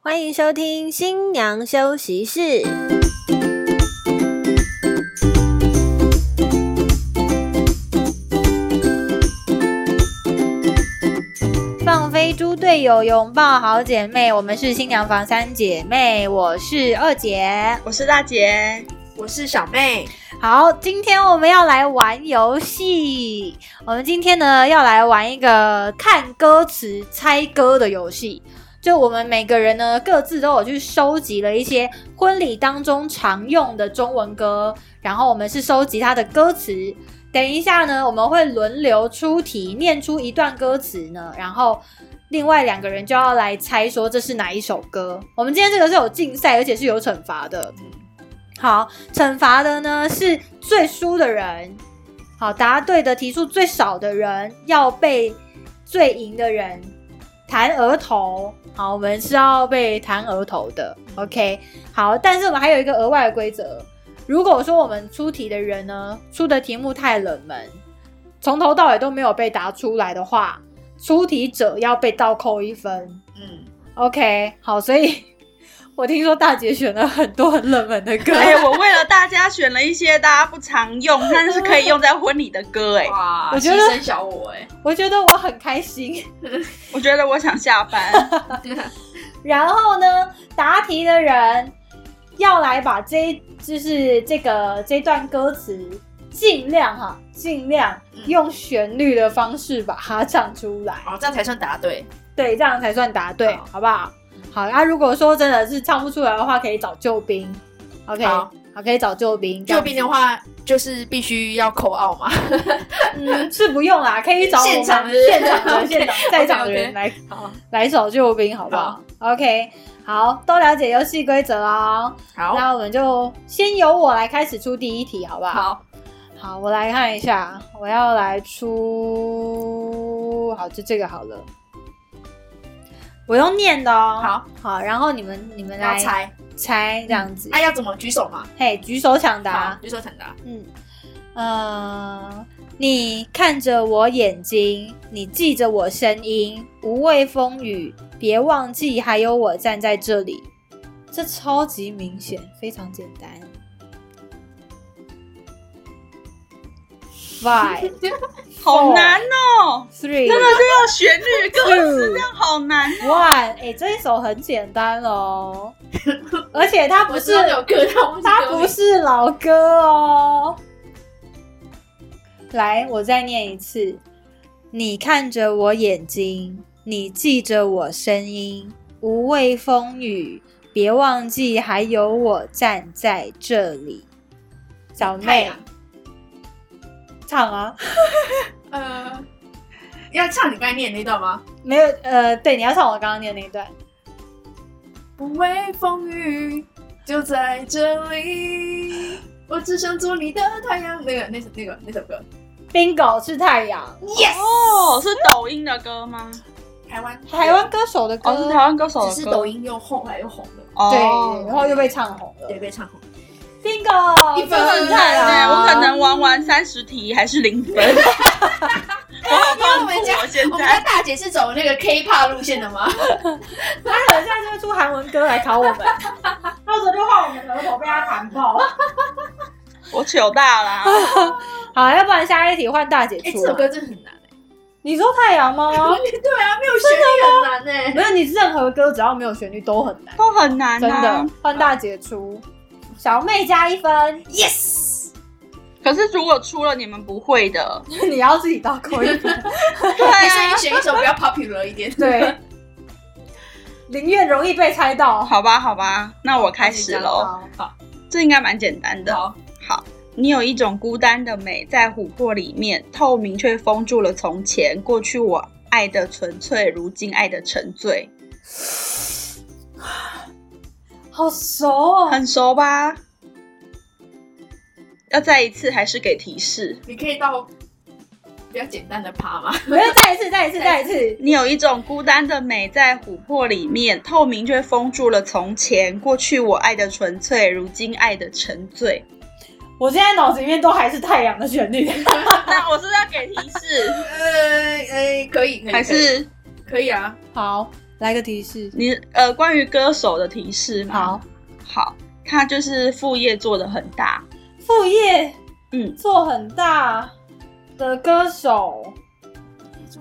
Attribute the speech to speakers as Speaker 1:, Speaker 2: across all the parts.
Speaker 1: 欢迎收听新娘休息室。放飞猪队友，拥抱好姐妹，我们是新娘房三姐妹，我是二姐。
Speaker 2: 我是大姐，
Speaker 3: 我是小妹，
Speaker 1: 好，今天我们要来玩游戏。我们今天呢要来玩一个看歌词猜歌的游戏。就我们每个人呢，各自都有去收集了一些婚礼当中常用的中文歌，然后我们是收集它的歌词。等一下呢，我们会轮流出题，念出一段歌词呢，然后另外两个人就要来猜说这是哪一首歌。我们今天这个是有竞赛，而且是有惩罚的。好，惩罚的呢是最输的人，好答对的题数最少的人要被最赢的人弹额头。好，我们是要被弹额头的。OK，好，但是我们还有一个额外的规则，如果说我们出题的人呢出的题目太冷门，从头到尾都没有被答出来的话，出题者要被倒扣一分。
Speaker 2: 嗯，
Speaker 1: OK，好，所以 我听说大姐选了很多很冷门 的歌。
Speaker 2: 哎，我为了大家选了一些大家不常用，但是可以用在婚礼的歌，哎，
Speaker 3: 哇，
Speaker 1: 我觉得
Speaker 3: 牺牲小我哎、
Speaker 1: 我觉得我很开心。
Speaker 2: 我觉得我想下班。
Speaker 1: 然后呢，答题的人要来把这一就是这个这段歌词，尽量哈，尽量
Speaker 3: 嗯
Speaker 1: 用旋律的方式把它唱出来，
Speaker 3: 哦，这样才算答对。
Speaker 1: 对，这样才算答对，
Speaker 3: 好
Speaker 1: 好不好？好，那、如果说真的是唱不出来的话，可以找救兵。OK，
Speaker 3: 好
Speaker 1: 好，可以找救兵。这
Speaker 3: 救
Speaker 1: 样
Speaker 3: 兵的话，就是必须要扣奥嘛。
Speaker 1: 嗯， 是不用啦，可以找我们
Speaker 3: 现场的
Speaker 1: 现场的、
Speaker 3: OK，
Speaker 1: 现场
Speaker 3: OK，
Speaker 1: 在场的人来
Speaker 3: 好，
Speaker 1: 来找救兵，好不好 o k 好，都了解游戏规则哦。
Speaker 3: 好，
Speaker 1: 那我们就先由我来开始出第一题，好不好？，
Speaker 3: 好，
Speaker 1: 好，我来看一下，我要来出，好，就这个好了。我用念的哦，
Speaker 3: 好，
Speaker 1: 好，然后你们你们
Speaker 3: 要
Speaker 1: 来
Speaker 3: 猜，
Speaker 1: 猜这样子，
Speaker 3: 哎、要怎么举手嘛？
Speaker 1: 嘿，举手抢
Speaker 3: 好
Speaker 1: 答，，
Speaker 3: 举手抢答。
Speaker 1: 嗯，呃，你看着我眼睛，你记着我声音，无畏风雨，别忘记还有我站在这里。这超级明显，非常简单。Five,
Speaker 2: 好难哦，
Speaker 1: three,
Speaker 2: 真的是要旋律歌，
Speaker 1: two,
Speaker 2: 好难。
Speaker 1: one。哎，这一首很简单 哦，而且它不
Speaker 3: 我
Speaker 1: 是
Speaker 3: 知道有歌，但我不知道
Speaker 1: 它不是老歌哦。来，我再念一次：你看着我眼睛，你记着我声音，无畏风雨，别忘记还有我站在这里。小
Speaker 3: 太
Speaker 1: 妹
Speaker 3: 阳。
Speaker 1: 唱啊，
Speaker 3: 呃，要唱你刚才念的那段吗？
Speaker 1: 没有呃，对，你要唱我刚刚念那一段。
Speaker 3: 不畏风雨，就在这里。我只想做你的太阳。那个，那首，那个，那首歌，
Speaker 1: Bingo 是太阳，
Speaker 2: 哦，是抖音的歌吗？
Speaker 3: 台湾，
Speaker 1: 台湾歌手的歌，
Speaker 2: 哦，是台湾歌手的歌。
Speaker 3: 只是抖音又后来又红了，
Speaker 2: 哦
Speaker 1: 对，然后又被唱红了
Speaker 3: 对，。被唱红。
Speaker 1: Bingo
Speaker 3: 一分
Speaker 1: 就是
Speaker 3: 很
Speaker 1: 太
Speaker 3: 难
Speaker 1: 阳
Speaker 2: 对，我可能玩完三十题还是零分。我好
Speaker 3: 因为我
Speaker 2: 痛
Speaker 3: 们
Speaker 2: 苦
Speaker 3: 家
Speaker 2: 哦，现
Speaker 3: 我们家
Speaker 2: 在。
Speaker 3: 大姐是走那个 K-pop 路线的吗？
Speaker 1: 他等一下就会出韩文歌来考我们，到时候就换我们额头被他弹爆。
Speaker 2: 我糗大啊啦，
Speaker 1: 好，要不然下一题换大姐
Speaker 3: 哎、
Speaker 1: 出
Speaker 3: 这首
Speaker 1: 啊。
Speaker 3: 歌真的很难、
Speaker 1: 你说太阳吗？
Speaker 3: 对啊，没有旋律很难哎、
Speaker 1: 没有，你任何歌只要没有旋律都很难，
Speaker 2: 都很难
Speaker 1: 真
Speaker 2: 啊
Speaker 1: 的。。换大姐出，小妹加一分，
Speaker 3: Yes，
Speaker 2: 可是如果出了你们不会的，
Speaker 1: 你要自己倒扣一分。
Speaker 2: 对
Speaker 3: 还是
Speaker 2: 啊
Speaker 3: 你，选一首比较 popular 一点。
Speaker 1: 对，林月容易被猜到。
Speaker 2: 好吧，好吧，那我开始喽。
Speaker 1: 好，
Speaker 2: 这应该蛮简单的。
Speaker 3: 好，
Speaker 2: 你有一种孤单的美，在琥珀里面，透明却封住了从前。过去我爱的纯粹，如今爱的沉醉，
Speaker 1: 好熟哦。
Speaker 2: 很熟吧？要再一次还是给提示？
Speaker 3: 你可以到比较简单的趴吗？
Speaker 1: 我要再一次，再一次，再一次。
Speaker 2: 你有一种孤单的美，在琥珀里面，透明却封住了从前。过去我爱的纯粹，如今爱的沉醉。
Speaker 1: 我现在脑子里面都还是太阳的旋律。
Speaker 2: 那我是不是要给提示，
Speaker 3: 呃呃，可以，可 以
Speaker 2: 还是
Speaker 3: 可以可以啊？
Speaker 1: 好，来个提示。
Speaker 2: 你呃，关于歌手的提示嘛，
Speaker 1: 好，
Speaker 2: 好，他就是副业做的很大，
Speaker 1: 副业
Speaker 2: 嗯，
Speaker 1: 做很大的歌手，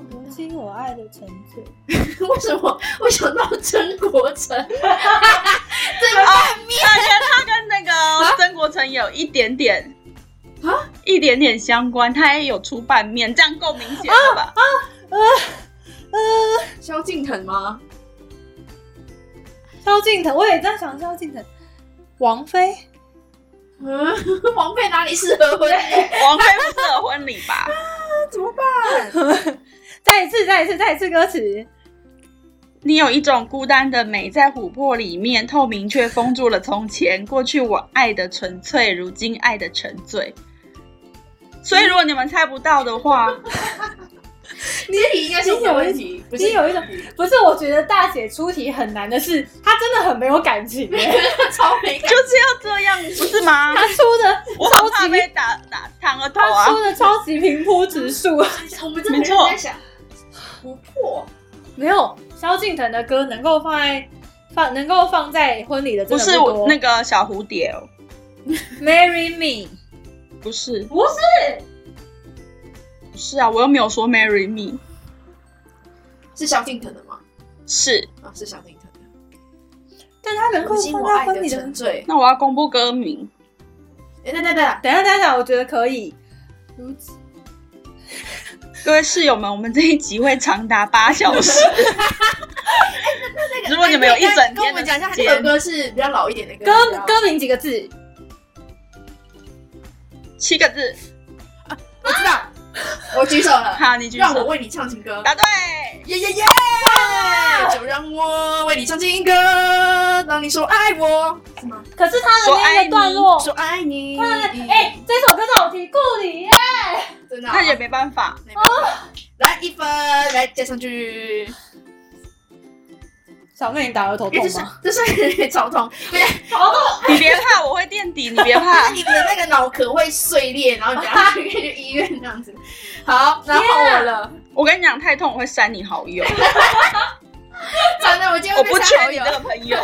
Speaker 1: 如
Speaker 3: 为
Speaker 1: 今我爱的沉醉。
Speaker 3: 什么我想到曾国城？
Speaker 2: 而且他跟那个曾国成有一点点
Speaker 3: 啊，
Speaker 2: 一点点相关，他也有出拌面，这样够明显了吧？
Speaker 3: 萧敬腾吗？
Speaker 1: 萧敬腾，我也在想萧敬腾，王菲，
Speaker 3: 嗯，王菲哪里适合婚礼？
Speaker 2: 王菲不适合婚礼吧？
Speaker 3: 怎么办？
Speaker 1: 再一次，再一次，再一次歌词。
Speaker 2: 你有一种孤单的美，在琥珀里面透明，却封住了从前。过去我爱的纯粹，如今爱的沉醉。所以，如果你们猜不到的话，
Speaker 3: 你这题应该是我的问题，不是
Speaker 1: 你有一种
Speaker 3: 你的题
Speaker 1: 不是，我觉得大姐出题很难的是，她真的很没有感情耶，
Speaker 3: 超没
Speaker 2: 就
Speaker 3: 感。
Speaker 2: 是要这样，不是吗
Speaker 1: 她？出的
Speaker 2: 我
Speaker 1: 超
Speaker 2: 很怕
Speaker 1: 级
Speaker 2: 被打打躺个头
Speaker 1: 她
Speaker 2: 啊
Speaker 1: 出！的超级平铺直述。
Speaker 3: 我们真的没人在想琥珀，
Speaker 1: 没有，萧敬腾的歌能够放在放能够放在婚礼的真
Speaker 2: 不
Speaker 1: 的
Speaker 2: 是
Speaker 1: 多。
Speaker 2: 我那个小蝴蝶哦，
Speaker 1: Marry Me，
Speaker 2: 不是，
Speaker 1: 不是
Speaker 2: 不是啊，我又没有说 marry me，
Speaker 3: 是萧敬腾的吗？
Speaker 2: 是。
Speaker 3: 啊，是萧敬腾的。
Speaker 1: 但他能够
Speaker 3: 如今
Speaker 1: 放
Speaker 3: 我
Speaker 1: 在
Speaker 3: 爱
Speaker 1: 婚
Speaker 3: 的
Speaker 1: 礼的。
Speaker 3: 沉醉。
Speaker 2: 那我要公布歌名，
Speaker 3: 哎，等等等，
Speaker 1: 等一下，等一下，我觉得可以。如今
Speaker 2: 各位室友们，我们这一集会长达八小 时。如果你们有一整
Speaker 3: 跟我
Speaker 2: 天
Speaker 3: 们
Speaker 2: 的
Speaker 3: 讲一下，
Speaker 2: 时
Speaker 3: 这首
Speaker 2: 间，
Speaker 3: 歌是比较老一点的歌。
Speaker 1: 歌
Speaker 3: 比较
Speaker 1: 歌名几个字？
Speaker 2: 七个字，
Speaker 3: 我知道，我举手了，
Speaker 2: 好，你举
Speaker 3: 让我
Speaker 2: 手。
Speaker 3: 为你唱情歌。
Speaker 2: 答对，
Speaker 3: 耶耶耶！就让我为你唱情歌，当你说爱我，是吗？
Speaker 1: 可是他的那个段
Speaker 2: 哦
Speaker 1: 落，
Speaker 3: 说爱你，
Speaker 1: 他的那哎、这首歌是我提顾里耶，
Speaker 3: 真的啊
Speaker 2: 那也没办法。
Speaker 3: 没办法来一分，来加上去。
Speaker 1: 小妹，你打额头
Speaker 3: 哎，
Speaker 1: 痛
Speaker 3: 这是
Speaker 1: 吗？
Speaker 3: 这是超
Speaker 2: 啊
Speaker 3: 痛，对，
Speaker 1: 好痛！
Speaker 2: 你别怕，我会垫底，你别
Speaker 3: 但
Speaker 2: 怕
Speaker 3: 是。你们的那个脑壳会碎裂，然后你等下去去医院这样子。好，然后我了，
Speaker 2: 我跟你讲，太痛我会删你好 友，
Speaker 3: 真的，我今天
Speaker 2: 我
Speaker 3: 会
Speaker 2: 不
Speaker 3: 被
Speaker 2: 缺
Speaker 3: 删好
Speaker 2: 你
Speaker 3: 友
Speaker 2: 这。个朋友。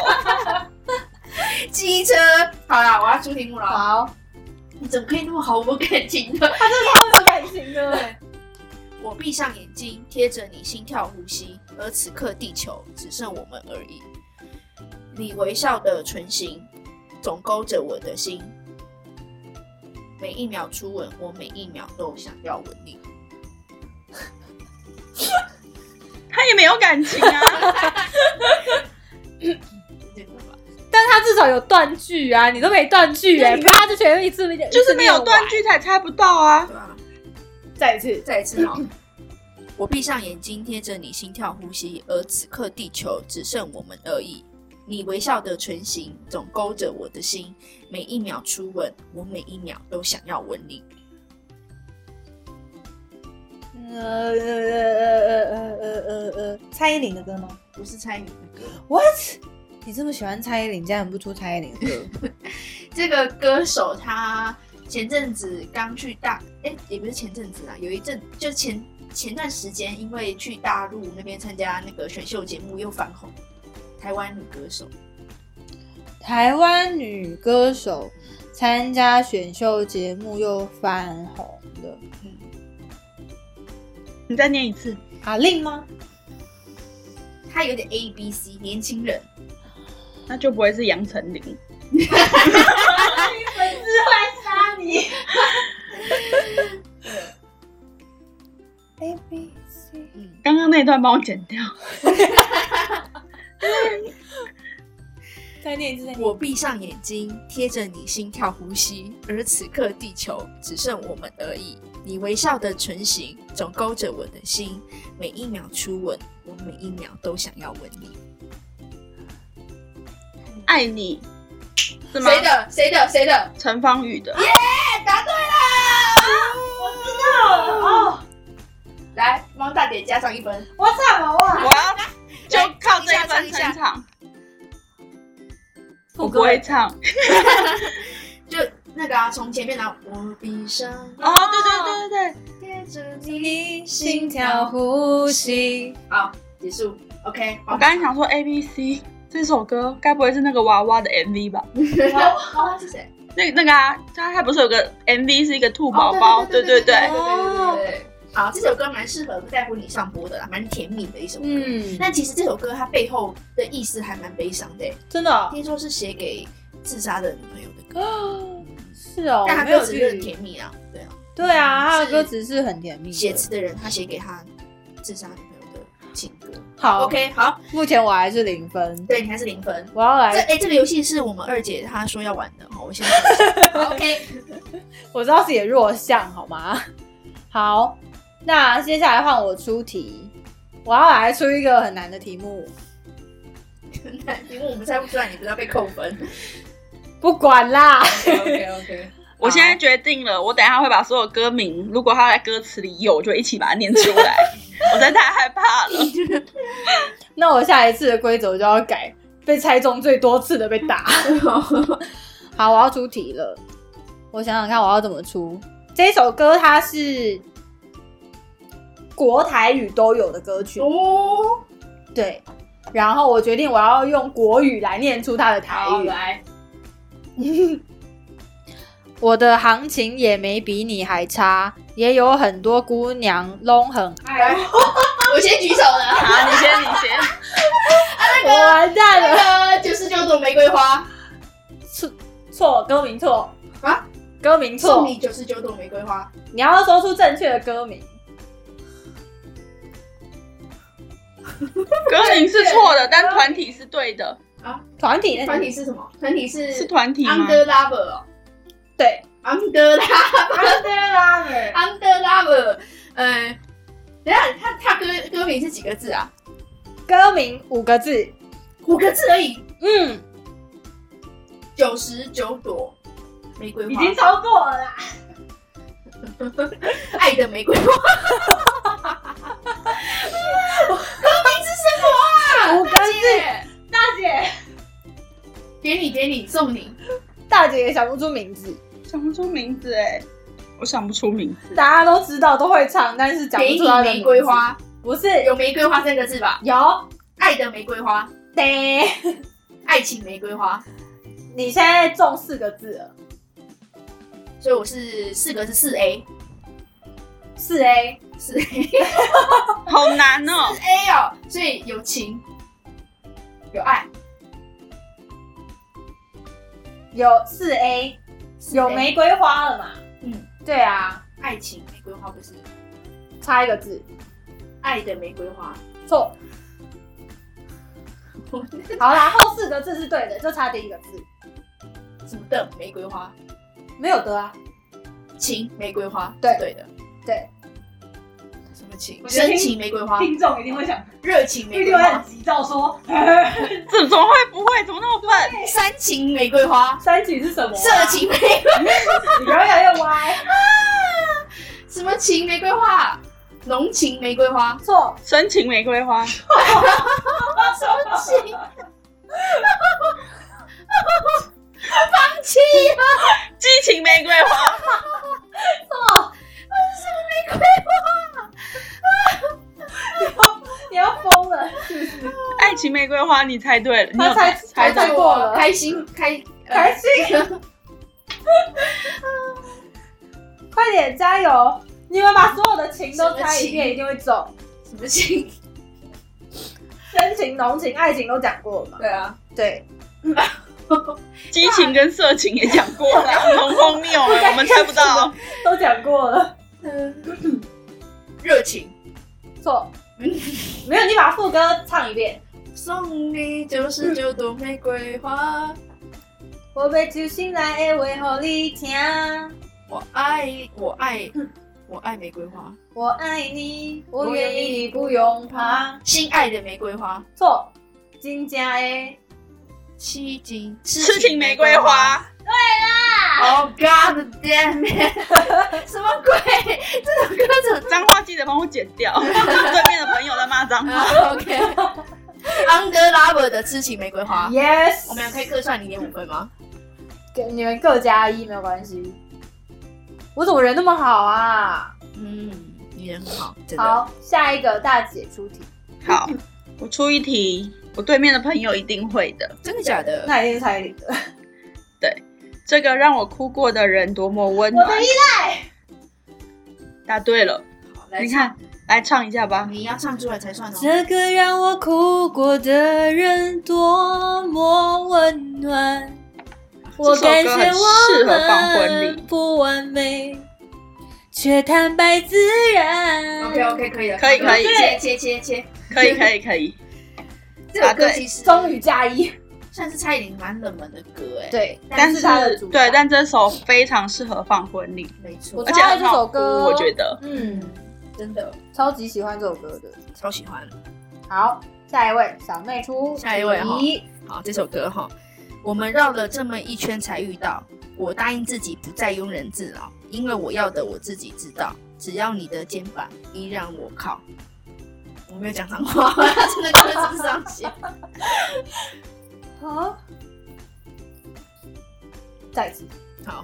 Speaker 3: 机车，好啦，我要出题目了。
Speaker 1: 好，
Speaker 3: 你怎么可以那么毫无感情的？
Speaker 1: 他真的超有感情的。
Speaker 3: 对，我闭上眼睛，贴着你心跳呼吸，而此刻地球只剩我们而已。你微笑的唇形，总勾着我的心。每一秒初吻，我每一秒都想要吻你。
Speaker 2: 他也没有感情啊，
Speaker 3: 这个吧
Speaker 1: 但他至少有断句啊，你都没断句哎、
Speaker 3: 对你没
Speaker 1: 啪就全部一次没，
Speaker 2: 就是没有断
Speaker 1: 句。
Speaker 2: 句才猜不到啊。
Speaker 3: 对啊，
Speaker 1: 再一次，
Speaker 3: 再一次哦。 我闭上眼睛，贴着你心跳呼吸，而此刻地球只剩我们而已。你微笑的唇形总勾着我的心，每一秒初吻，我每一秒都想要吻你。
Speaker 1: 呃呃呃呃呃呃呃，蔡依林的歌吗
Speaker 3: 不是猜你的歌，
Speaker 1: ？What？你这么喜欢蔡依林，竟然不出蔡依林的歌？
Speaker 3: 这个歌手他前阵子刚去大，哎、也不是前阵子啦，有一阵就前前段时间，因为去大陆那边参加那个选秀节目又翻红，台湾女歌手，
Speaker 1: 台湾女歌手参加选秀节目又翻红的
Speaker 3: 嗯，
Speaker 2: 你再念一次，
Speaker 1: 阿令吗？
Speaker 3: 她有点 A B C 年轻人，
Speaker 2: 那就不会是杨丞琳。
Speaker 1: 杀你！A B C，
Speaker 3: 嗯，
Speaker 2: 刚刚那一段帮我剪掉。
Speaker 1: 再念一次，再念一次。
Speaker 3: 我闭上眼睛，贴着你心跳呼吸，而此刻地球只剩我们而已。你微笑的唇形总勾着我的心，每一秒初吻，我每一秒都想要吻你。
Speaker 2: 爱你，是吗？
Speaker 3: 谁的？谁的？谁的？
Speaker 2: 陈芳宇的。
Speaker 3: 答对啦！
Speaker 1: 哦，
Speaker 3: 来，帮大姐加上一分。
Speaker 1: 我惨了哇！啊
Speaker 2: 我要就靠这一分
Speaker 3: 唱一下
Speaker 2: 撑场，
Speaker 1: 副
Speaker 2: 我不
Speaker 1: 歌
Speaker 2: 会唱。
Speaker 3: 就那个啊，从前面拿。我闭上
Speaker 2: 哦，对对对对对，
Speaker 3: 贴着你
Speaker 1: 你心跳呼吸，
Speaker 3: 好，结束。OK，
Speaker 2: 我刚才想说 A B C 这首歌，该不会是那个娃娃的 MV 吧？
Speaker 3: 刚娃娃娃是谁？
Speaker 2: 那那个啊，他他不是有个 MV 是一个兔宝宝？
Speaker 3: 哦
Speaker 2: 对
Speaker 3: 对
Speaker 2: 对
Speaker 3: 对对对对对。好，这首歌蛮适合在婚礼上播的啦，蛮甜蜜的一首歌。
Speaker 1: 嗯，
Speaker 3: 但其实这首歌它背后的意思还蛮悲伤的欸、
Speaker 1: 真的哦
Speaker 3: 听说是写给自杀的女朋友的歌，
Speaker 1: 是哦，
Speaker 3: 但
Speaker 1: 我
Speaker 3: 它
Speaker 1: 没有
Speaker 3: 歌词就很
Speaker 1: 去。
Speaker 3: 甜蜜啊，对啊，
Speaker 1: 对啊，他的
Speaker 3: 是
Speaker 1: 歌词是很甜蜜的。
Speaker 3: 写词的人他写给他自杀女朋友的情歌。
Speaker 1: 好
Speaker 3: OK，好，
Speaker 1: 目前我还是零分。
Speaker 3: 对你还是零分。
Speaker 1: 我要
Speaker 3: 这
Speaker 1: 来，
Speaker 3: 哎、这个游戏是我们二姐她说要玩的哈，我先说一 下好 OK，
Speaker 1: 我知道自己的弱项，好吗？ 好，那接下来换我出题，我要来出一个很难的题目。
Speaker 3: 因为我们猜不出来，你不要被扣 分。
Speaker 1: 不管啦，
Speaker 3: OK OK，
Speaker 2: 我现在决定了，我等一下会把所有歌名，如果他在歌词里有，我就一起把它念出来。我真的太害怕了。
Speaker 1: 那我下一次的规则就要改，被猜中最多次的被 打。好，我要出题了，我想想看我要怎么出。这首歌它是国台语都有的歌曲，
Speaker 3: 哦，
Speaker 1: 对。然后我决定我要用国语来念出它的台
Speaker 3: 好
Speaker 1: 语。
Speaker 3: 来，
Speaker 1: 我的行情也没比你还差，也有很多姑娘拢很。
Speaker 3: 来，我先举手了。
Speaker 2: 好，你先，你先。
Speaker 1: 我完蛋了，
Speaker 3: 那个九十九朵玫瑰花，
Speaker 1: 错错歌名错
Speaker 3: 啊，
Speaker 1: 歌名错
Speaker 3: 送，你九十九朵玫瑰花。
Speaker 1: 你要说出正确的歌名。
Speaker 2: 歌名是错的，但团体是对的，
Speaker 1: 团体那
Speaker 3: 团体是什么？团体是
Speaker 2: 是团体吗？
Speaker 3: Under Lover 哦
Speaker 1: 对，
Speaker 3: ，Under Lover
Speaker 1: 对啦，
Speaker 3: Under Lover，呃，等一下他他歌歌名是几个字啊？
Speaker 1: 歌名五个字，
Speaker 3: 五个字而已，
Speaker 1: 嗯，
Speaker 3: 九十九朵玫瑰花，
Speaker 1: 超过了啦。
Speaker 3: 爱的玫瑰花。 啊
Speaker 1: 五个字，大姐，
Speaker 3: 给你给你送你，
Speaker 1: 大姐也想不出名字，
Speaker 2: 想不出名字哎、我想不出名字。
Speaker 1: 大家都知道都会唱，但是讲
Speaker 3: 给
Speaker 1: 不
Speaker 3: 你
Speaker 1: 出她的名字
Speaker 3: 玫瑰，花，
Speaker 1: 不是
Speaker 3: 有玫瑰花三个字吧？
Speaker 1: 有
Speaker 3: 爱的玫瑰花，
Speaker 1: 得，
Speaker 3: 爱情玫瑰花，
Speaker 1: 你现在中四个字了，
Speaker 3: 所以我是四个是四 A，
Speaker 1: 四 A，
Speaker 3: 四 A
Speaker 2: 好难哦、
Speaker 3: A 哦，所以有情，有爱，
Speaker 1: 有四 A，
Speaker 3: 四 A
Speaker 1: 有玫瑰花了嘛？
Speaker 3: 嗯，
Speaker 1: 对啊，
Speaker 3: 爱情玫瑰花不是
Speaker 1: 差一个字，
Speaker 3: 爱的玫瑰花，
Speaker 1: 错。好啦，后四个字是对的，就差第一个字，
Speaker 3: 什么的玫瑰花，
Speaker 1: 没有得啊。
Speaker 3: 情玫瑰花，
Speaker 1: 对
Speaker 3: 是对的，
Speaker 1: 对，
Speaker 3: 什么情？
Speaker 1: 我觉得
Speaker 3: 深
Speaker 1: 听
Speaker 3: 情玫瑰花，
Speaker 1: 众一定会想，
Speaker 3: 热情玫瑰花，
Speaker 1: 急躁说，
Speaker 2: 怎怎么会不会？怎么那么笨？
Speaker 3: 煽情玫瑰花，
Speaker 1: 三级是什么、啊
Speaker 3: 色，情玫瑰，
Speaker 1: 你不要越来越歪。
Speaker 3: 什么情玫瑰花，浓情玫瑰 花，
Speaker 1: 错，
Speaker 2: 深情玫瑰花，
Speaker 3: 什么情？放弃了，
Speaker 2: 激情玫瑰花，
Speaker 3: 什么玫瑰
Speaker 1: 你要疯了。
Speaker 2: 爱情玫瑰花，你猜对了，你
Speaker 1: 他
Speaker 2: 有
Speaker 1: 猜
Speaker 2: 猜
Speaker 1: 他
Speaker 2: 到
Speaker 1: 猜过了，
Speaker 3: 开心开呃
Speaker 1: 开心， 快点加油！你们把所有的情都猜一遍，一定会中。
Speaker 3: 什么情？
Speaker 1: 深情、浓情、爱情都讲过了嘛？
Speaker 3: 对啊，
Speaker 1: 对，
Speaker 2: 激情跟色情也讲过了，很荒谬哎，我们猜不到。
Speaker 1: 都讲过了。
Speaker 3: 嗯热情。
Speaker 1: 错，没有，你把副歌唱一遍。
Speaker 3: 送你九十九朵玫瑰花，
Speaker 1: 我被酒醒来的话，给你听。
Speaker 3: 我爱我爱我爱玫瑰花，
Speaker 1: 我爱你，我愿意，不用怕。
Speaker 3: 心爱的玫瑰花，
Speaker 1: 错，金家的。
Speaker 3: 七情
Speaker 2: 痴情玫瑰。花，
Speaker 3: Oh God damn it！什 么鬼？这首歌怎么
Speaker 2: 脏话记得帮我剪掉。对面的朋友在骂脏话，
Speaker 3: 啊？OK，Under Lover 的痴情玫瑰花，
Speaker 1: Yes，
Speaker 3: 我们俩可以各算零点五分吗？
Speaker 1: 给你们各加一，没有关系。我怎么人那么好啊？
Speaker 3: 嗯，你人很好，真的。
Speaker 1: 好，下一个大姐出题。
Speaker 2: 好，我出一题，我对面的朋友一定会的。
Speaker 3: 真的假的？
Speaker 1: 那一定是蔡依林的。
Speaker 2: 这个让我哭过的人多么温暖。
Speaker 1: 我的
Speaker 2: 依赖。答对了，
Speaker 3: 好来
Speaker 2: 你
Speaker 3: 唱
Speaker 2: 看，来唱一下吧。
Speaker 3: 你要唱出来才算哦。
Speaker 1: 这个让我哭过的人多么温暖，我感谢我
Speaker 2: 这首歌很适合办婚
Speaker 1: 们
Speaker 2: 礼
Speaker 1: 不完美，却坦白自然。
Speaker 3: OK OK 可以了，
Speaker 2: 可以可以
Speaker 3: 切切切切，
Speaker 2: 可以，可以，可以。
Speaker 3: 这首
Speaker 2: 答
Speaker 3: 歌
Speaker 2: 对
Speaker 3: 其实
Speaker 1: 加一，
Speaker 3: 算是蔡依林蛮冷门的歌哎，，
Speaker 1: 对，
Speaker 2: 但
Speaker 1: 是它的主
Speaker 2: 对，
Speaker 1: 打
Speaker 2: 但这首非常适合放婚礼，
Speaker 3: 没
Speaker 1: 我
Speaker 3: 错
Speaker 2: 而
Speaker 1: 超，
Speaker 2: 且
Speaker 1: 爱
Speaker 2: 很
Speaker 1: 这
Speaker 2: 好
Speaker 1: 首
Speaker 2: 哭，
Speaker 1: 歌，
Speaker 2: 我觉得。
Speaker 1: 嗯，
Speaker 3: 真的
Speaker 1: 超级喜欢这首歌的。
Speaker 3: 超喜欢。
Speaker 1: 好，下一位小妹出
Speaker 3: 下一位哈
Speaker 1: 题
Speaker 3: 好，这首歌哈，我们绕了这么一圈才遇到。我答应自己不再庸人自扰，因为我要的我自己知道。只要你的肩膀依然我靠。我没有讲脏话， 真的歌词上写。
Speaker 1: 啊，再一次，
Speaker 3: 好，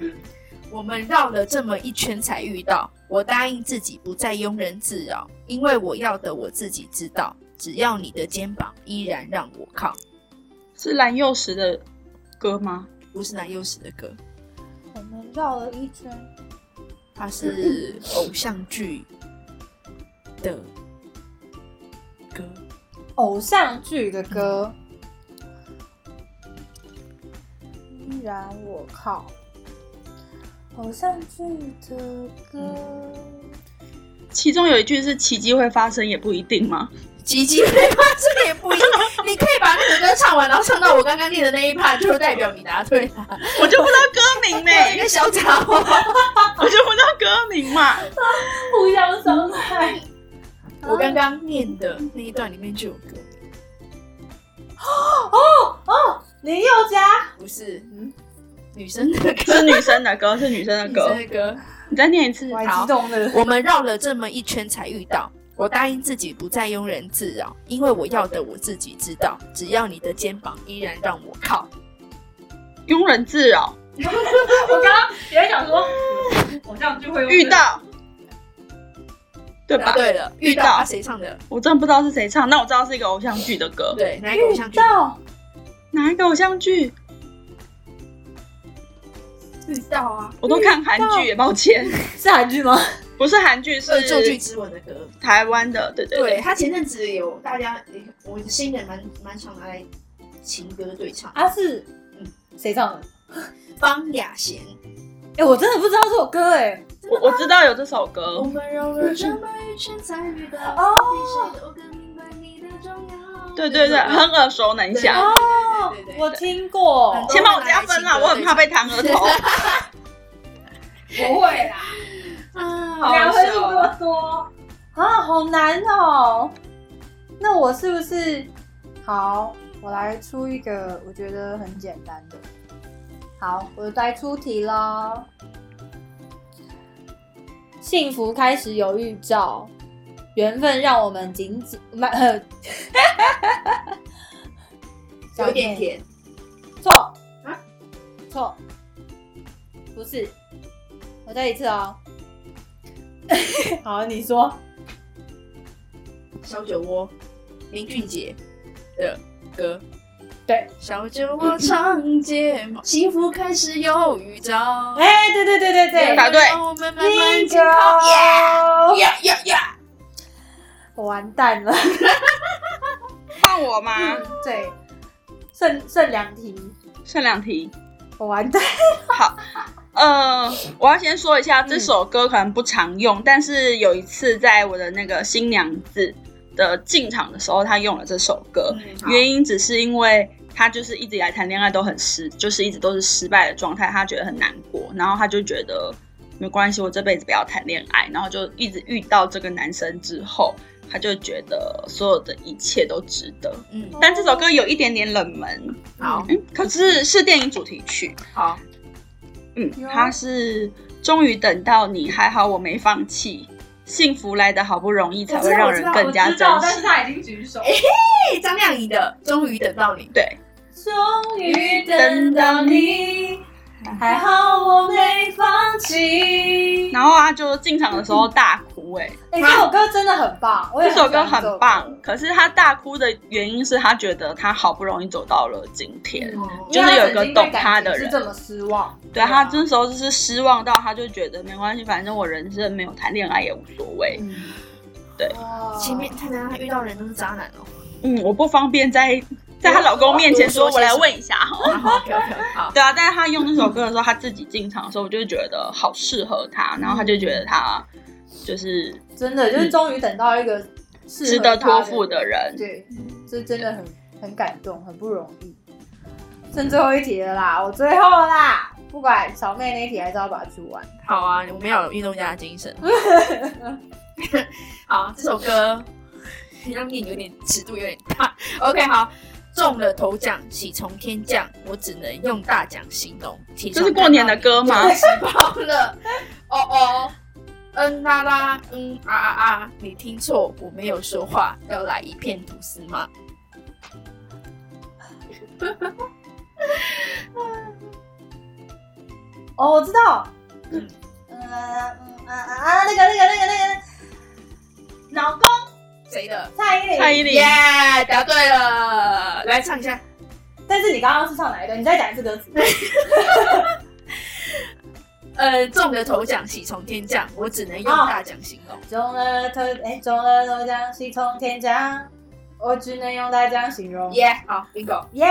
Speaker 3: 我们绕了这么一圈才遇到。我答应自己不再庸人自扰，因为我要的我自己知道。只要你的肩膀依然让我靠，
Speaker 2: 是蓝又时的歌吗？
Speaker 3: 不是男优时的歌，
Speaker 1: 我们绕了一圈，
Speaker 3: 它是偶像剧的歌，
Speaker 1: 偶像剧的歌。依然我靠，偶像剧的歌，
Speaker 2: 其中有一句是“奇迹会发生也不一定”吗？
Speaker 3: 吉吉飞吗？这个也不一样。 你可以把那个歌唱完，然后唱到我刚刚念的那一 part，就代表你答对 了。
Speaker 2: 我就不知道歌名呢、
Speaker 3: 一个哎小杂货。
Speaker 2: 我就不知道歌名嘛。
Speaker 1: 互相伤害。
Speaker 3: 我刚刚念的那一段里面就有歌，
Speaker 1: 林宥嘉，
Speaker 3: 不是
Speaker 1: 嗯
Speaker 3: 女生 的歌，
Speaker 2: 是女生的歌，是女生的
Speaker 3: 女
Speaker 2: 歌
Speaker 3: 生。的歌。
Speaker 2: 你再念一次
Speaker 1: 我。还激动的。
Speaker 3: 我们绕了这么一圈才遇到。我答应自己不再庸人自扰，因为我要的我自己知道。只要你的肩膀依然让我靠，
Speaker 2: 庸人自扰，
Speaker 1: 我刚刚也在想说，偶像剧会
Speaker 2: 遇到，对
Speaker 3: 答
Speaker 2: 吧？
Speaker 3: 对了，遇到
Speaker 2: 遇到
Speaker 3: 啊谁唱的？
Speaker 2: 我真的不知道是谁唱，但我知道是一个偶像剧的歌。
Speaker 3: 对，哪一个偶像
Speaker 1: 遇
Speaker 3: 剧？
Speaker 1: 到
Speaker 2: 哪一个偶像剧？
Speaker 3: 遇到啊，
Speaker 2: 我都看韩剧耶，抱歉，
Speaker 1: 是韩剧吗？
Speaker 2: 不是韩剧，是
Speaker 3: 恶作呃剧之吻的歌。
Speaker 2: 台湾的。对对
Speaker 3: 对
Speaker 2: 对，
Speaker 3: 他前阵子有大家，诶我的新人蛮蛮常拿来情歌对唱，
Speaker 1: 啊是
Speaker 3: 嗯
Speaker 1: 谁唱的？
Speaker 3: 方雅贤。
Speaker 1: 哎、我真的不知道这首歌哎、
Speaker 2: 我我知道有这首
Speaker 3: 我
Speaker 2: 歌，
Speaker 3: 们绕了这么一圈才遇到，
Speaker 1: 哦
Speaker 3: 哦，都更明白你的重要。
Speaker 2: 对对对，很耳熟能
Speaker 3: 对哦
Speaker 2: 详。
Speaker 1: 哦
Speaker 3: 对对对对对
Speaker 1: 我听过，
Speaker 3: 很多
Speaker 2: 先帮我加分啦，我很怕被弹额 头。
Speaker 1: 不会啦，
Speaker 3: 啊，好
Speaker 1: 两
Speaker 3: 好
Speaker 1: 分数
Speaker 3: 笑
Speaker 1: 这么
Speaker 3: 哦。
Speaker 1: 多啊，好难哦。那我是不是好？我来出一个我觉得很简单的。好，我来出题喽。幸福开始有预兆，缘分让我们紧紧满，呃
Speaker 3: 有点甜，
Speaker 1: 错
Speaker 3: 啊
Speaker 1: 错，不是，我再一次哦。 好，你说
Speaker 3: 小酒窝，林俊杰的歌。
Speaker 1: 对，
Speaker 3: 小酒窝长睫毛，幸福开始有预兆。
Speaker 1: 哎、对对对对对，
Speaker 2: 答对
Speaker 3: 让我们慢慢
Speaker 1: 一
Speaker 3: 紧靠
Speaker 1: 个，
Speaker 3: 呀呀呀！
Speaker 1: 我完蛋了，
Speaker 2: 换我吗？
Speaker 3: 嗯
Speaker 1: 对，剩剩两题，
Speaker 2: 剩两题。
Speaker 1: 我完蛋，
Speaker 2: 呃，我要先说一下，这首歌可能不常用，但是有一次在我的那个新娘子的进场的时候，她用了这首歌。
Speaker 3: 嗯好
Speaker 2: 原因只是因为她就是一直以来谈恋爱都很失，就是一直都是失败的状态，她觉得很难过，然后她就觉得没关系，我这辈子不要谈恋爱，然后就一直遇到这个男生之后，她就觉得所有的一切都值得。
Speaker 3: 嗯，
Speaker 2: 但这首歌有一点点冷门，
Speaker 3: 好
Speaker 2: 嗯，可是是电影主题曲，
Speaker 3: 好，
Speaker 2: 嗯
Speaker 1: 有，
Speaker 2: 他是终于等到你，还好我没放弃。幸福来的好不容易，才会让人更加珍惜。
Speaker 1: 他已经举 手，
Speaker 3: 嘿，哎张靓颖的《终于等到你》。
Speaker 2: 对，
Speaker 1: 终于等到你，还好我没放弃。
Speaker 2: 然后他就进场的时候大哭、欸，哎，
Speaker 1: 哎、这首歌真的很棒，我也
Speaker 2: 这首
Speaker 1: 喜
Speaker 2: 歌
Speaker 1: 欢这
Speaker 2: 很棒。可是他大哭的原因是他觉得他好不容易走到了今天，
Speaker 1: 嗯
Speaker 2: 就是有一个懂他的人
Speaker 1: 因为他曾经对感情是这么失望，啊
Speaker 2: 对啊他那时候就是失望到他就觉得没关系，反正我人生没有谈恋爱也无所谓。
Speaker 1: 嗯哇
Speaker 3: 前面他难道他遇到人都是渣男哦？
Speaker 2: 嗯，我不方便在在她老公面前说，我来问一下哈。
Speaker 3: 然后 OK OK 好，
Speaker 2: 对啊，但是她用那首歌的时候，她自己进场的时候，我就觉得好适合她，然后她就觉得她就是
Speaker 1: 真的就是终于等到一个适合
Speaker 2: 嗯值得托付
Speaker 1: 他
Speaker 2: 的人。
Speaker 1: 对，这真的很很感动，很不容易。剩最后一题了啦，我最后了啦，不管小妹那一题还是要把它出完。
Speaker 3: 好啊，我们要有运动家的精 神。好，这首歌 让你有点尺度有点大。OK，好， 中了头奖喜从天降，我只能用大奖形容。起床
Speaker 2: 这是过年的歌吗
Speaker 3: 看到你就喜报了，哦哦，嗯啦啦，嗯啊啊啊，你听错，我没有说话，要来一片吐司吗？
Speaker 1: 哦，我知道，嗯嗯嗯啊啊，那个那个那个那个老公
Speaker 3: 谁的？
Speaker 1: 蔡依林，
Speaker 2: 蔡依林
Speaker 3: 耶、答对了，来唱一下。
Speaker 1: 但是你刚刚是唱哪一个？你再讲一次歌词。
Speaker 3: 呃，中了头奖喜从天降，我只能用大奖形容。
Speaker 1: 中了头，哎，中了头奖喜从天降，我只能用大奖形容。
Speaker 3: 耶、好，bingo。
Speaker 1: 耶，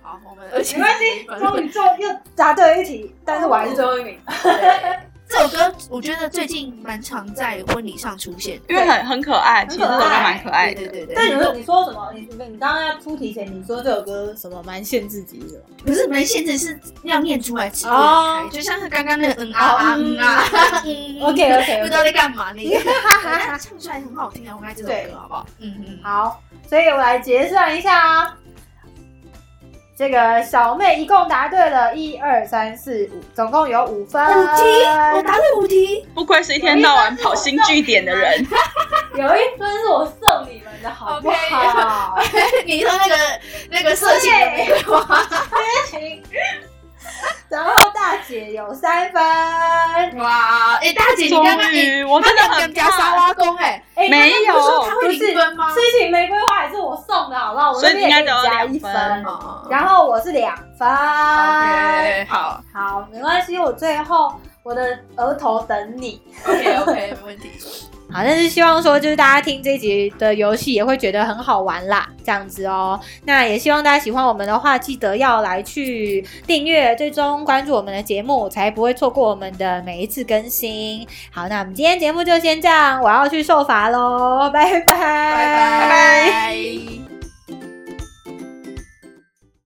Speaker 3: 好，我们而且
Speaker 1: 没关系，终于中又答对了一题，但是我还是最后一名。
Speaker 3: 对这首歌，我觉得最近蛮常在婚礼上出现，
Speaker 2: 因为很很可爱，其实这首歌蛮可爱的。
Speaker 3: 对对对
Speaker 1: 但
Speaker 3: 对，
Speaker 1: 你说你说什么？你
Speaker 3: 嗯
Speaker 1: 你刚刚要出题前你说这首歌什么蛮限制级的？
Speaker 3: 不是没限制，是要念出来吃
Speaker 1: 哦
Speaker 3: 哦，就像是刚刚那个嗯啊啊嗯啊
Speaker 1: OK
Speaker 3: 嗯
Speaker 1: OK
Speaker 3: 不知
Speaker 1: OK，
Speaker 3: 道在干嘛 那个，但唱出来很好听啊，我们来这首歌好不好？嗯嗯，
Speaker 1: 好，所以我来结算一下啊、这个小妹一共答对了一二三四五，总共有五分。
Speaker 3: 五题我答对五题，
Speaker 2: 不愧是一天到晚跑新据点的人，
Speaker 1: 有一分是我送你们的，好不好？
Speaker 3: 你说那个那个色情的那个吗？
Speaker 1: 然后大姐有三分，哎、
Speaker 3: 哇，哎，大姐，你刚刚
Speaker 2: 终
Speaker 3: 你
Speaker 2: 于我真的
Speaker 3: 他
Speaker 2: 很
Speaker 3: 两条
Speaker 2: 怕，
Speaker 3: 沙
Speaker 2: 哦
Speaker 3: 拉工哎，
Speaker 2: 没
Speaker 1: 刚刚
Speaker 2: 有
Speaker 1: 不是说
Speaker 3: 他
Speaker 1: 不
Speaker 3: 会
Speaker 1: 是
Speaker 3: 零分吗？
Speaker 1: 痴情玫瑰花还是我送的，好不好？我
Speaker 2: 所以
Speaker 1: 这边
Speaker 2: 你应该
Speaker 1: 也给
Speaker 2: 得到
Speaker 1: 加
Speaker 2: 两
Speaker 1: 一
Speaker 2: 分
Speaker 1: 分，
Speaker 3: 哦
Speaker 1: 然后我是两分。
Speaker 3: OK，好
Speaker 1: 好，没关系，我最后我的额头等你。
Speaker 3: ，OK OK，没问题。
Speaker 1: 好，但是希望说就是大家听这集的游戏也会觉得很好玩啦，这样子哦。那也希望大家喜欢我们的话，记得要来去订阅、最终关注我们的节目，才不会错过我们的每一次更新。好，那我们今天节目就先这样，我要去受罚喽，拜拜，拜
Speaker 3: 拜拜。